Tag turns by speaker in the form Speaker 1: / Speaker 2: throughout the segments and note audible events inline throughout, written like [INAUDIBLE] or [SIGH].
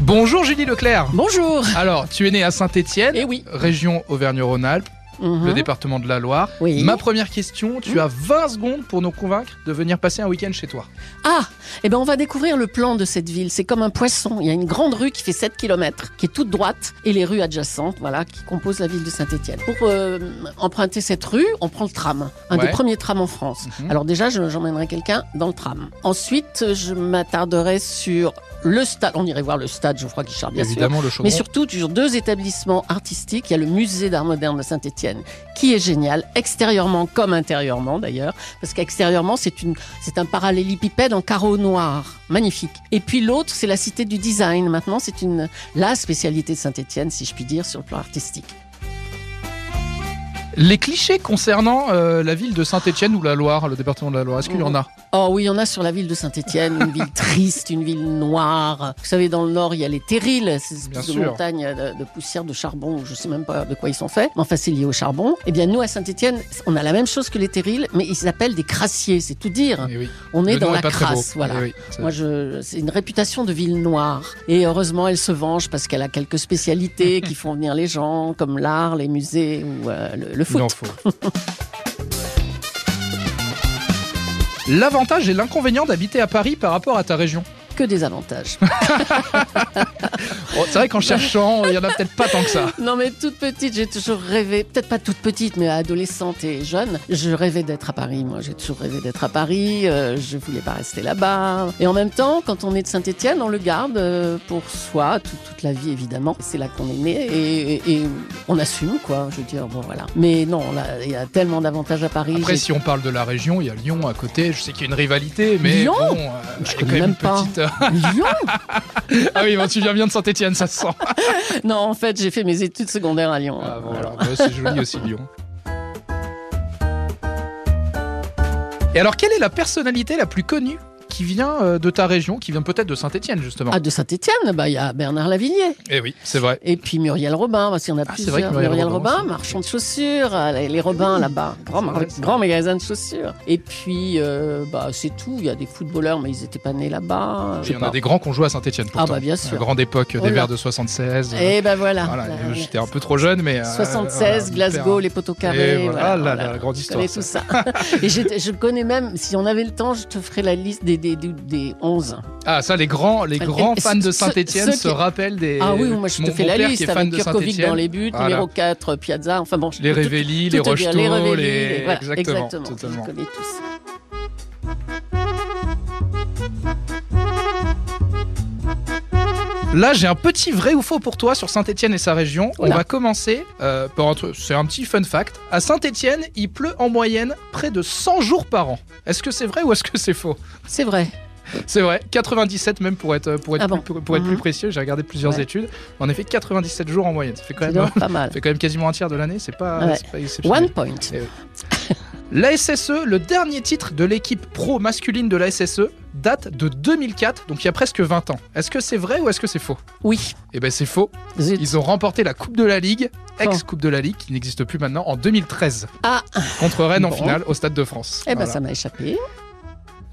Speaker 1: Bonjour Julie
Speaker 2: [LAUGHS]
Speaker 1: Leclerc.
Speaker 2: Bonjour.
Speaker 1: Alors, tu es née à Saint-Étienne,
Speaker 2: Eh oui.
Speaker 1: région Auvergne-Rhône-Alpes,
Speaker 2: Mhm.
Speaker 1: le département de la Loire.
Speaker 2: Oui. Hein
Speaker 1: Ma première question, tu as 20 secondes pour nous convaincre de venir passer un week-end chez toi.
Speaker 2: Ah, eh ben on va découvrir le plan de cette ville. C'est comme un poisson. Il y a une grande rue qui fait 7 km, qui est toute droite, et les rues adjacentes, voilà, qui composent la ville de Saint-Étienne. Pour euh, emprunter cette rue, on prend le tram, un
Speaker 1: Ouais.
Speaker 2: des premiers trams en France.
Speaker 1: Mhm.
Speaker 2: Alors déjà, je- j'emmènerai quelqu'un dans le tram. Ensuite, je m'attarderai sur le stade. On irait voir le stade, je crois, Guichard, bien sûr.
Speaker 1: Évidemment, le chaudron.
Speaker 2: Mais surtout, sur deux établissements artistiques, il y a le musée d'art moderne de Saint-Étienne, qui est génial, extérieurement comme intérieurement d'ailleurs, parce qu'extérieurement, c'est une, c'est un parallélépipède en carreau noir, magnifique. Et puis l'autre, c'est la cité du design. Maintenant, c'est une, la spécialité de Saint-Étienne, si je puis dire, sur le plan artistique.
Speaker 1: Les clichés concernant euh, la ville de Saint-Étienne ou la Loire, le département de la Loire, est-ce qu'il y en a
Speaker 2: Oh oui, on a sur la ville de Saint-Étienne une ville triste, une ville noire. Vous savez, dans le nord, il y a les terrils, ces
Speaker 1: Bien
Speaker 2: espèces de
Speaker 1: sûr.
Speaker 2: montagnes de, de poussière, de charbon, je sais même pas de quoi ils sont faits, mais enfin c'est lié au charbon. Eh bien, nous à Saint-Étienne, on a la même chose que les terrils, mais ils s'appellent des crassiers, c'est tout dire.
Speaker 1: Eh oui.
Speaker 2: On est
Speaker 1: Le nom
Speaker 2: dans la
Speaker 1: pas très beau.
Speaker 2: crasse, voilà.
Speaker 1: Eh oui, c'est-
Speaker 2: Moi, je, c'est une réputation de ville noire. Et heureusement, elle se venge parce qu'elle a quelques spécialités qui font venir les gens, comme l'art, les musées ou euh, le, le
Speaker 1: Il en
Speaker 2: foot.
Speaker 1: faut. L'avantage et l'inconvénient d'habiter à Paris par rapport à ta région
Speaker 2: Que des avantages.
Speaker 1: Oh, C'est
Speaker 2: [LAUGHS]
Speaker 1: vrai qu'en cherchant, il y en a peut-être pas tant que ça.
Speaker 2: Non mais toute petite, j'ai toujours rêvé, peut-être pas toute petite, mais adolescente et jeune, je rêvais d'être à Paris. Moi, j'ai toujours rêvé d'être à Paris. euh, je voulais pas rester là-bas. Et en même temps, quand on est de Saint-Étienne, on le garde euh, pour soi tout- toute la vie évidemment. C'est là qu'on est né et, et- et on assume quoi. Je veux dire bon voilà. Mais non, là, il y a tellement d'avantages à Paris.
Speaker 1: Après,
Speaker 2: j'ai-
Speaker 1: si on parle de la région, il y a Lyon à côté. Je sais qu'il y a une rivalité, mais
Speaker 2: Lyon
Speaker 1: bon, euh, il y a quand
Speaker 2: connais
Speaker 1: même
Speaker 2: même
Speaker 1: une
Speaker 2: pas.
Speaker 1: petite. [LAUGHS]
Speaker 2: [LAUGHS] Lyon
Speaker 1: ah oui, bon, tu viens bien de Saint-Etienne, ça se sent.
Speaker 2: Non, en fait, j'ai fait mes études secondaires à Lyon.
Speaker 1: Ah, bon,
Speaker 2: Voilà.
Speaker 1: alors, bah, c'est [LAUGHS] joli aussi Lyon. Et alors, quelle est la personnalité la plus connue qui vient euh, de ta région, qui vient peut-être de Saint-Etienne justement
Speaker 2: Ah, de Saint-Étienne, bah il y a Bernard Lavillier.
Speaker 1: Eh oui, c'est vrai.
Speaker 2: Et puis Muriel Robin, parce qu'il y en a
Speaker 1: Ah, c'est vrai que
Speaker 2: plusieurs.
Speaker 1: Muriel
Speaker 2: Muriel,
Speaker 1: Robin,
Speaker 2: Robin,
Speaker 1: c'est-
Speaker 2: marchand de chaussures, euh, les, les Robins là-bas, grand, mar-
Speaker 1: C'est vrai, c'est
Speaker 2: grand magasin de chaussures. Et puis, euh, bah, c'est tout. Il y a des footballeurs, mais ils n'étaient pas nés là-bas.
Speaker 1: Il
Speaker 2: Je sais
Speaker 1: y en
Speaker 2: pas.
Speaker 1: a des grands qu'on joue à Saint-Etienne
Speaker 2: Ah
Speaker 1: pourtant.
Speaker 2: bah
Speaker 1: La
Speaker 2: bien sûr.
Speaker 1: grande époque
Speaker 2: Oh
Speaker 1: des
Speaker 2: là.
Speaker 1: Verts de 76. euh,
Speaker 2: Et ben voilà.
Speaker 1: voilà,
Speaker 2: La-
Speaker 1: euh, j'étais un peu trop jeune, mais. euh,
Speaker 2: 76,
Speaker 1: voilà, mon père-
Speaker 2: Glasgow, les poteaux
Speaker 1: Et
Speaker 2: carrés.
Speaker 1: voilà,
Speaker 2: voilà,
Speaker 1: là,
Speaker 2: voilà.
Speaker 1: la grande
Speaker 2: Je
Speaker 1: histoire.
Speaker 2: connais tout ça. [LAUGHS] Et j'étais- je connais même, si on avait le temps, je te ferai la liste des, des, des, des 11.
Speaker 1: Ah, ça, les grands, les
Speaker 2: Et-
Speaker 1: grands
Speaker 2: et
Speaker 1: fans
Speaker 2: ceux-
Speaker 1: de
Speaker 2: ceux-
Speaker 1: Saint-Etienne
Speaker 2: ceux
Speaker 1: se
Speaker 2: qui-
Speaker 1: rappellent des.
Speaker 2: Ah oui, moi je te
Speaker 1: mon-
Speaker 2: fais
Speaker 1: mon
Speaker 2: la
Speaker 1: père qui est
Speaker 2: liste
Speaker 1: fan
Speaker 2: avec
Speaker 1: de
Speaker 2: Kurkovic
Speaker 1: Saint-Étienne.
Speaker 2: dans les buts,
Speaker 1: Voilà.
Speaker 2: numéro 4, Piazza. Enfin bon, je
Speaker 1: Les
Speaker 2: peux tout-
Speaker 1: Révélis,
Speaker 2: tout
Speaker 1: les
Speaker 2: te dire, les
Speaker 1: Rocheteaux,
Speaker 2: Revelli,
Speaker 1: les.
Speaker 2: les- voilà,
Speaker 1: Exactement.
Speaker 2: exactement.
Speaker 1: totalement.
Speaker 2: Je les connais tous.
Speaker 1: Là, j'ai un petit vrai ou faux pour toi sur Saint-Etienne et sa région. On
Speaker 2: Oula.
Speaker 1: va commencer euh, par un truc. C'est un petit fun fact. À Saint-Etienne, il pleut en moyenne près de 100 jours par an. Est-ce que c'est vrai ou est-ce que c'est faux
Speaker 2: C'est vrai.
Speaker 1: C'est vrai, 97 même pour être, pour être,
Speaker 2: Ah bon.
Speaker 1: plus, pour- pour être plus
Speaker 2: Mhm.
Speaker 1: précieux. J'ai regardé plusieurs
Speaker 2: Ouais.
Speaker 1: études. En effet, 97 jours en moyenne. Ça fait quand
Speaker 2: C'est
Speaker 1: même,
Speaker 2: donc pas mal.
Speaker 1: [LAUGHS] ça fait quand même quasiment un tiers de l'année. C'est pas,
Speaker 2: Ouais.
Speaker 1: c'est pas exceptionnel.
Speaker 2: One point.
Speaker 1: La SSE, le dernier titre de l'équipe pro masculine de la SSE, date de 2004, donc il y a presque 20 ans. Est-ce que c'est vrai ou est-ce que c'est faux
Speaker 2: Oui.
Speaker 1: Eh ben c'est faux.
Speaker 2: Zut.
Speaker 1: Ils ont remporté la Coupe de la Ligue,
Speaker 2: Oh.
Speaker 1: ex-Coupe de la Ligue, qui n'existe plus maintenant, en 2013.
Speaker 2: Ah.
Speaker 1: Contre Rennes en
Speaker 2: Bon.
Speaker 1: finale au Stade de France.
Speaker 2: Eh ben
Speaker 1: Voilà.
Speaker 2: ça m'a échappé.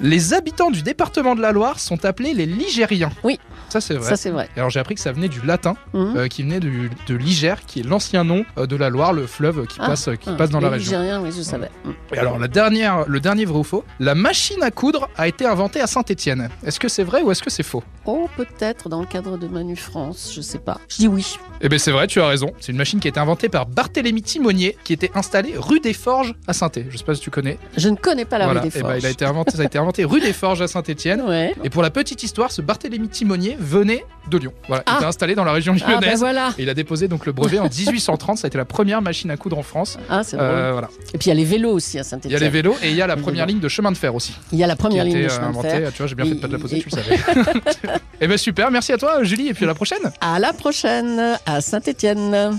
Speaker 1: Les habitants du département de la Loire sont appelés les Ligériens.
Speaker 2: Oui.
Speaker 1: Ça c'est vrai.
Speaker 2: Ça c'est vrai.
Speaker 1: Et Alors j'ai appris que ça venait du latin,
Speaker 2: Mhm.
Speaker 1: euh, qui venait du- de l'Igère, qui est l'ancien nom euh, de la Loire, le fleuve qui
Speaker 2: Ah.
Speaker 1: passe, euh, qui
Speaker 2: Ah,
Speaker 1: passe dans la
Speaker 2: les
Speaker 1: région.
Speaker 2: Ligériens, oui, je savais. Mm.
Speaker 1: Et alors la dernière, le dernier vrai ou faux, la machine à coudre a été inventée à Saint-Étienne. Est-ce que c'est vrai ou est-ce que c'est faux
Speaker 2: Oh, peut-être dans le cadre de Manu France, je sais pas. Je dis oui.
Speaker 1: Eh bien c'est vrai, tu as raison. C'est une machine qui a été inventée par Barthélemy Timonier, qui était installée rue des Forges à Saint-Étienne. Je sais pas si tu connais.
Speaker 2: Je ne connais pas la
Speaker 1: voilà.
Speaker 2: rue des
Speaker 1: Eh ben,
Speaker 2: Forges.
Speaker 1: il a été inventé, ça a été inventé rue des Forges à Saint-Étienne. [LAUGHS]
Speaker 2: Ouais.
Speaker 1: Et pour la petite histoire, ce Barthélemy Timonier venait de Lyon. Voilà, il
Speaker 2: Ah.
Speaker 1: était installé dans la région lyonnaise.
Speaker 2: Ah ben voilà.
Speaker 1: Et il a déposé donc le brevet en 1830. Ça a été la première machine à coudre en France.
Speaker 2: Ah, c'est
Speaker 1: Euh,
Speaker 2: drôle.
Speaker 1: voilà.
Speaker 2: Et puis il y a les vélos aussi à
Speaker 1: Il y a les
Speaker 2: Saint-Étienne.
Speaker 1: vélos et il y a la
Speaker 2: Les
Speaker 1: première
Speaker 2: vélos.
Speaker 1: ligne de chemin de fer aussi.
Speaker 2: Il y a la première
Speaker 1: qui a
Speaker 2: ligne
Speaker 1: été
Speaker 2: de
Speaker 1: euh,
Speaker 2: chemin de
Speaker 1: inventée.
Speaker 2: fer.
Speaker 1: Tu vois, j'ai bien fait de pas de la poser,
Speaker 2: Et-
Speaker 1: tu le savais. [LAUGHS] Eh ben super, merci à toi Julie et puis à la prochaine.
Speaker 2: À la prochaine à Saint-Étienne.